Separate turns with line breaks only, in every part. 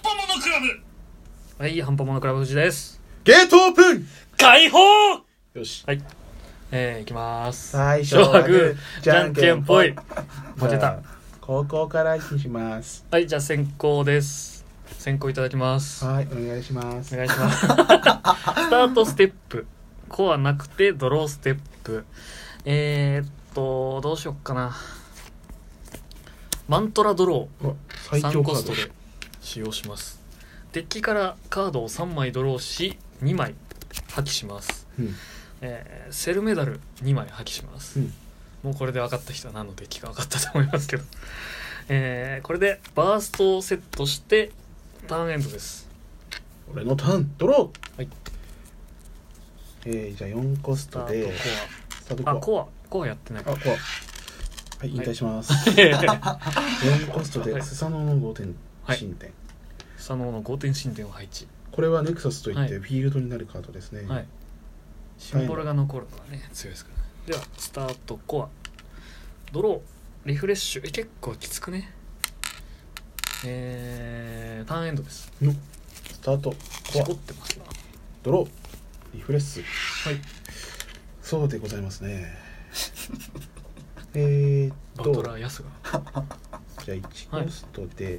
ム
はい、ハンパモノクラブ藤です。
ゲートオープン
解放
よし。
はい。えー、いきます。
最初
小
は
白
グー
じゃんけんぽい。負けた。。
高校からにします。
はい、じゃあ先行です。先行いただきます。
はい、お願いします
お。願いします。 スタートステップ。コアなくてドローステップ。えー、っと、どうしよっかな。マントラドロ
うわ
ー。
最
3
強カ
コス
ー
ト
ド。
で使用します。デッキからカードを3枚ドローし、2枚破棄します。
うん
えーセルメダル2枚破棄します、
うん
もうこれで分かった人は何のデッキか分かったと思いますけど、 えーこれでバーストをセットしてターンエンドです
俺のターン、ドロー
はい。
えー、じゃあ4コス
スタ
ト
ー
で
ト、
スタート
コアあ
コ
コアコアやってない
ア。あ、コア。はい、引退します。4コストで、スサノオの5点、
はい
新点。
佐野の5点神殿を配置、
これはネクサスといっ
は
て、
い
フィールドになるカードですね。
はいシンボルが残るのはね強いですからねではスタートコアドローリフレッシュえ結構きつくねえー、ターンエンドです
のスタート、コ
事
ア
故っ、てますな
ドロー、リフレッシュ。
はい
そうでございます ね。えーっ
バ
と
ト、ラーヤスが
じゃあ1コストで、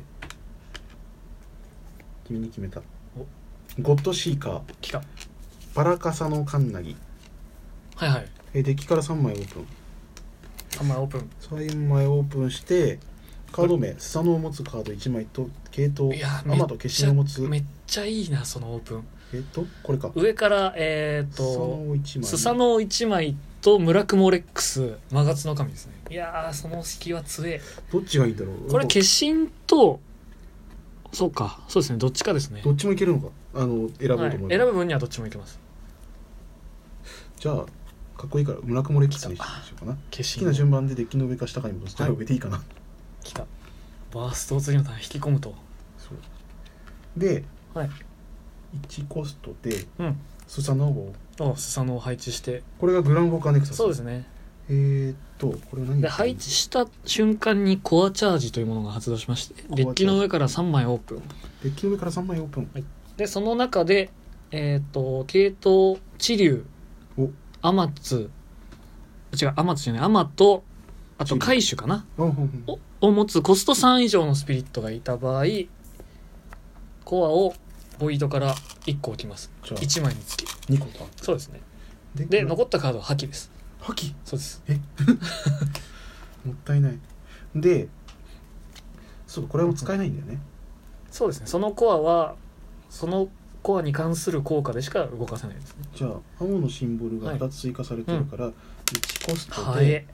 君に決めた
お
ゴッドシーカー
来た
バラカサのカンナギ
はいはい
えデッキから3枚オープン
3枚オープン
3枚オープンしてカード名スサノを持つカード1枚と系統
いや
アマと消しの持つ
めっちゃいいなそのオープン
えっとこれか
上からえっ、
スサノ
と
を1枚
スサノオ1枚と村雲レックスマガツの神ですねいやーその式は強え
どっちがいいんだろう
これ
ど
化身とそうかそうですねどっちかですね
どっちもいけるのかあの選ぼうと
はい
思
選
えば、
ぶ分にはどっちもいけます
じゃあかっこいいから村雲レックスにしようか
化
な好
身
きな順番でデッキの上か下かに戻すじゃあ上でいいかな
来たバーストを次のターン引き込むと
そうで、
はい
1コストで、
うん
スサノオ
おスサノオを配置して
これがグランボーカーネクサス
そうです
ね
ね
えー、っとこれは何
で配置した瞬間にコアチャージというものが発動しまして
アチャージ
デッキの上から3枚オープン
デッキの上から3枚オープン、
でその中でえっ、と系統知竜
お
アマツ違うアマツじゃないアマとあと
知竜
海手かな
うんうんうん
をを持つコスト3以上のスピリットがいた場合コアをボイドから1個置きます
じゃあ
1枚につき
2個か
そうですね
で
で
これ
残ったカードは破棄です
破棄
そうです
もったいないでそうかこれも使えないんだよね
そうですねそのコアはそのコアに関する効果でしか動かせないですね
じゃあ青のシンボルが2つ追加されてるから、1コスト
は
で、
え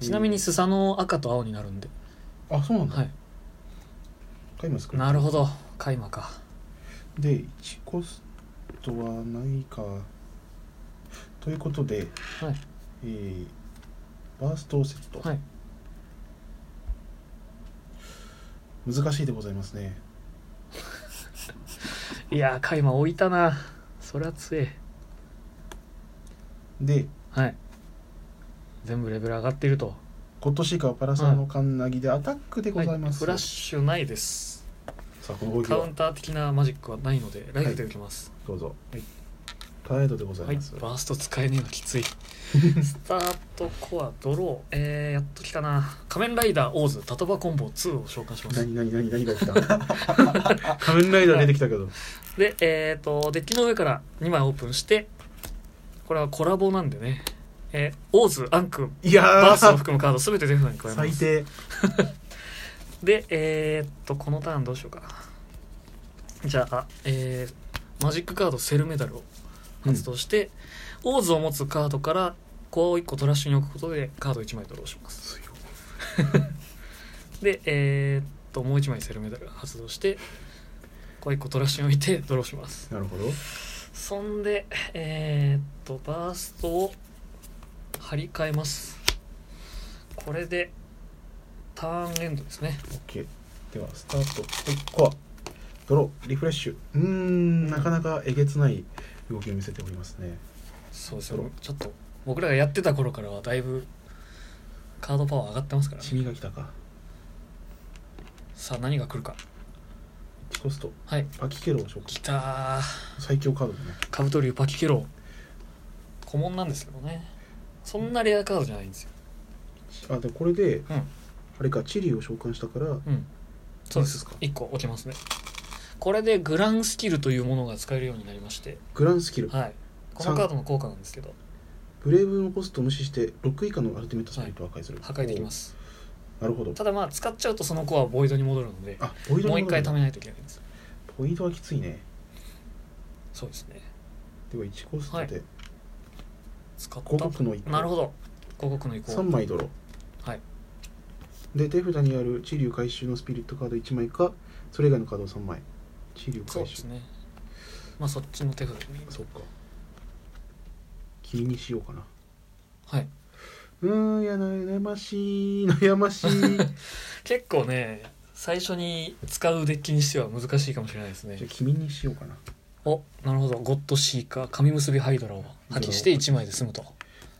ちなみにスサノオ赤と青になるんで
あそうなんだ、
はい
買いますか
なるほど開幕か
で1コストはないかということで、
はい
えーバーストをセット、
はい
難しいでございますね
いやーカイマ置いたなそりゃ強え
で
はい全部レベル上がっていると
ゴッドシーカーはパラサーのカンナギでアタックでございます、
フラッシュないです
さあこの動き
カウ
は
ンター的なマジックはないのでライフで受けます
どうぞ、
はい
ターエイドでござ
はいい、
ます、
バースト使えねえのき ついスタートコアドローえー、やっときたな仮面ライダーオーズタトバコンボ2を召喚します
何何何何が来た 仮面ライダー出てきたけど、
でえー、とデッキの上から2枚オープンしてこれはコラボなんでねえー、オーズアンク
い、や
バーストを
ー
含むカード全て全部に加えま
最
す
低
でえー、っとこのターンどうしようかじゃあ、えーマジックカードセルメダルを発動して、オーズを持つカードからコアを1個トラッシュに置くことでカード1枚ドローします でえー、っともう1枚セルメダル発動してコア1個トラッシュに置いてドローします
なるほど
そんでえー、っとバーストを張り替えますこれでターンエンドですね
OK ではスタートはいコアドローリフレッシュうーんなかなかえげつない動きを見せておりますね
そうですよちょっと僕らがやってた頃からはだいぶカードパワー上がってますからね
君が来たか
さあ何が来るか
1コスト
はい
パキケロを召喚
きたー
最強カードだね
カブトリュウパキケロウ古文なんですけどねそんなレアカードじゃないんですよ
あでこれで、
ん
あれかチリを召喚したから
うんそうです
いいですか
1個落ちますねこれでグランスキルというものが使えるようになりまして
グランスキル
はいこのカードの効果なんですけど
ブレイブのコストを無視して6以下のアルティメットスピリットを破壊する、
破壊できます
おなるほど
ただまあ使っちゃうとその子はボイドに戻るので
あボイド
もう
に
一
戻る
回貯めないといけないんです
ボイドはきついね
そうですね
では1コスト
は
で
使っ
五
た
国の1個、
なるほど広告の移行
3枚ドロー
はい
で手札にある地流回収のスピリットカード1枚かそれ以外のカードを3枚地流
そう
回
です
収
ねまあそっちの手札に
そっか君にしようかな
はい、
うーんいや悩ましい悩ま しいじゃ
結構ね最初に使うデッキにしては難しいかもしれないですね
あ君にしようかな
おなるほどゴッドシーカー紙結びハイドラを破棄して1枚で済むと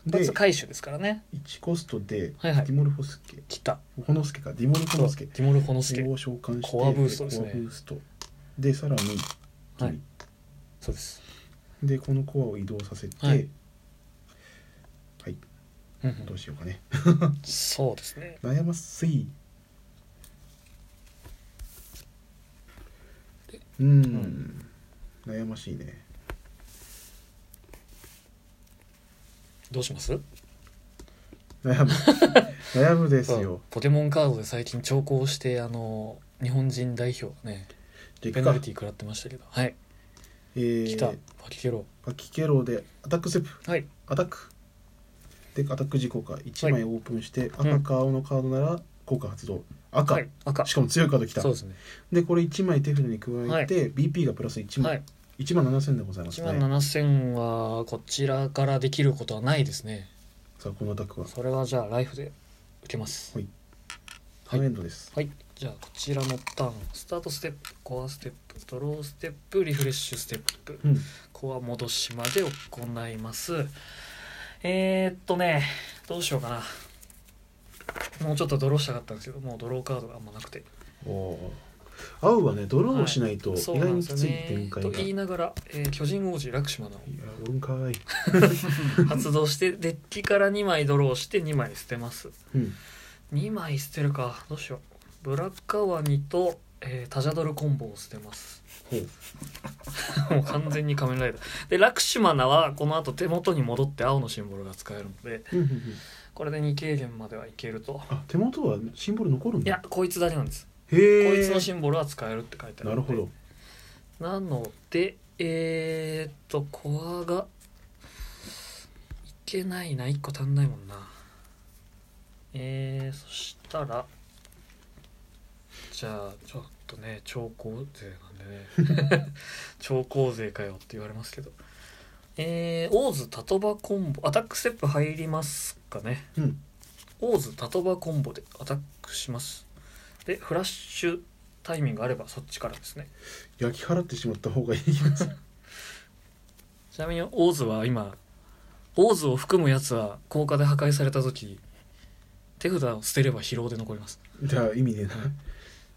で
まず回収ですからね
1コストで
はいはい
ディモルフォスケ
来た
ホノスケかディモルフォノスケ
ディモルホノスケ
を召喚して
コアブーストですね
コアブーストでさらに君、
はいそうです
でこのコアを移動させて
は
はいい、
うんう
ど
ん
うしようかね
そうですね
悩ましいうん、悩ましいね
どうします
悩む 悩むですよ
ポケモンカードで最近調校してあの日本人代表がね
じ
ペ
ゃあいく
ナ
か
ルティ食らってましたけどはい
えー、
来たパキケロ
パキケローでアタックステップ
はい
アタックでアタック時効果1
はい
枚オープンして、赤か青のカードなら効果発動赤、
はい赤
しかも強いカードきた
そうですね
でこれ1枚手札に加えて、BP がプラス1
は
万、
い
一万7000でございます
1
ね
万7000はこちらからできることはないですね
さあこのアタックは
それはじゃあライフで受けます
はい
はい
ターンエンドです、
はいじゃあこちらのターンスタートステップコアステップドローステップリフレッシュステップ
うん
コア戻しまで行いますえー、っとねどうしようかなもうちょっとドローしたかったんですけどもうドローカードがあんまなくて
おー合うはねドローをしないと意
そうな
外
ん
に
で
き
すよ
つい展
ね
開
と
が、
言いながら、えー巨人王子ラクシマの
いやおるんかい、
発動してデッキから2枚ドローして2枚捨てます
うん、
2枚捨てるかどうしようブラカワニと、えータジャドルコンボを捨てます
ほう
もう完全に仮面ライダーでラクシマナはこの後手元に戻って青のシンボルが使えるので
うんうんうん
これで2軽減まではいけると
あ手元はシンボル残るん
い
だ
やこいつだけなんです、
へえ
こいつのシンボルは使えるって書いてある
なる
ので
ほど
なのでえー、っとコアがいけないな1個足んないもんなえー、そしたらじゃあちょっとね超高勢なんでね超高勢かよって言われますけどえー、オーズタトバコンボアタックステップ入りますかね
うん
オーズタトバコンボでアタックしますでフラッシュタイミングあればそっちからですね
焼き払ってしまった方がいい気が する
ちなみにオーズは今オーズを含むやつは効果で破壊された時手札を捨てれば疲労で残ります
じゃあ意味ねえな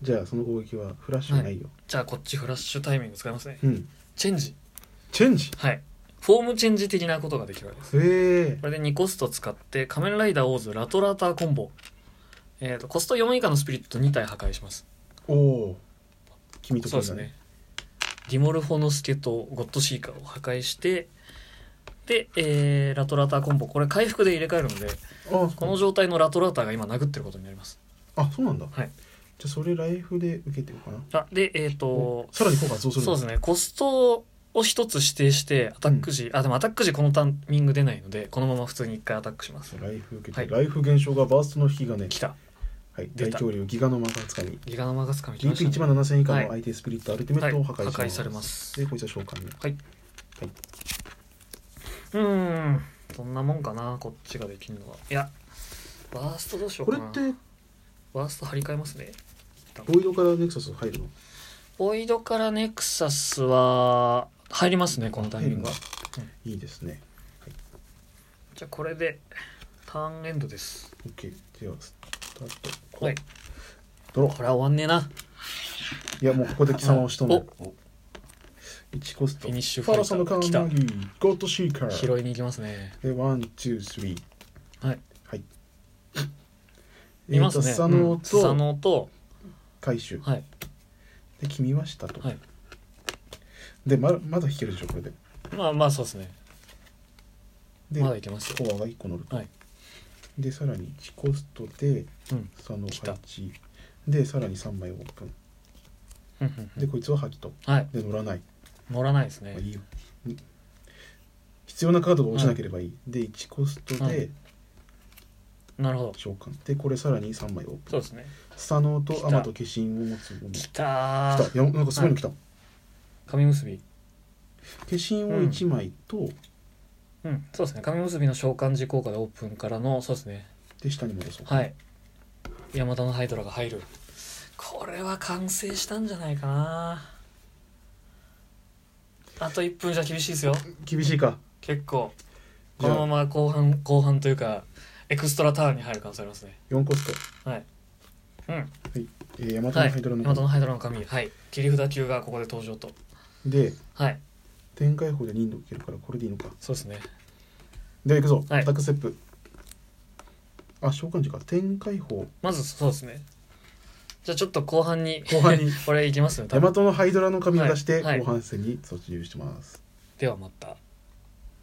じゃあその攻撃はフラッシュはないよ、
じゃあこっちフラッシュタイミング使いますね
うん
チェンジ
チェンジ
はいフォームチェンジ的なことができるわけです
へえ
これで2コスト使って仮面ライダーオーズラトラーターコンボえっ、とコスト4以下のスピリット2体破壊します
おお君と
そう
君
です
が
ねディモルフォノスケとゴッドシーカーを破壊してで、えーラトラーターコンボこれ回復で入れ替えるので
あ
この
状
状態のラトラーターが今殴ってることになります
あそうなんだ、
はい、
じゃあそれライフで受けてようかな
あでえっ、と
さらに効果発動する
そうです
ね
ねコストを一つ指定してアタック時、あでもアタック時このタイミング出ないのでこのまま普通に一回アタックします
ライフ受けて、
はい
ライフ減少がバーストの引き金
来た
はい、
出
大
た
恐竜ギガのマガつかみ
ギガのマガスカミ来ましたね
GP1 万7000以下
はい
の相手スピリットアルティメットを破壊,、
はい破壊されます
でこいつは召喚ね
うーんそんなもんかなこっちができるのはいやバーストどうしよう
こ
か
れ
な
って
バースト張り替えますね
ボイドからネクサス入るの
ボイドからネクサスは入りますねこのタイミングは
入いいですね
じゃあこれでターンエンドです
OK ではスタート
はい
ドロ
これは終わんねえな
ーいやもうここで貴様をしとんねん
お
1コスト
フィニッシュ
ファラソンのカーナギーゴッドシーカー
拾いに行きますね
でワンツースリー
はい
はい
いますね
えーと佐野
うん佐
と
野と
回収
はい
で君はしたと
はい
でままだ弾けるでしょこれで
まあまあそうですね
で
まだいけますよ
コアが1個乗ると
はい
でさらに1コストで
うん
佐野
来た
8でさらに3枚オープン
うんうんうん
でこいつは8と
はい
で乗らない
乗らないです
まあ
ね
いいよに必要なカードが落ちなければいい、で1コスト
は
で
いなるほど
召喚でこれさらに3枚オープ
そ
ン
うですね
スタノー
来
と
た
アマと化身を持つもの
き
来
たー
たいやなんかすごいの来た、
紙結び
化身を1枚と、
うんそうですね紙結びの召喚時効果でオープンからのそうですね
で下に戻そう、
はい山田のハイドラが入るこれは完成したんじゃないかなあと1分じゃ厳しいですよ
厳しいか
結構
じ
こ
ゃ
のまま
あ
後半後半というかエクストラターンに入る可能性ありますね
4コスト
はいうん
えー、ヤマト
は
の
い
ハイドラの
山田のハイドラの紙はい切り札級がここで登場と
で
はい
展開法で2度受けるからこれでいいのか
そうですね
では行くぞ、
はい
アタックステップあ召喚時か展開法
まずそうですねじゃあちょっと後半に
後半に
これいきますね多
ヤ
分
マトのハイドラの紙を出し
は
て
いはい
後半戦に突入します、
ではまた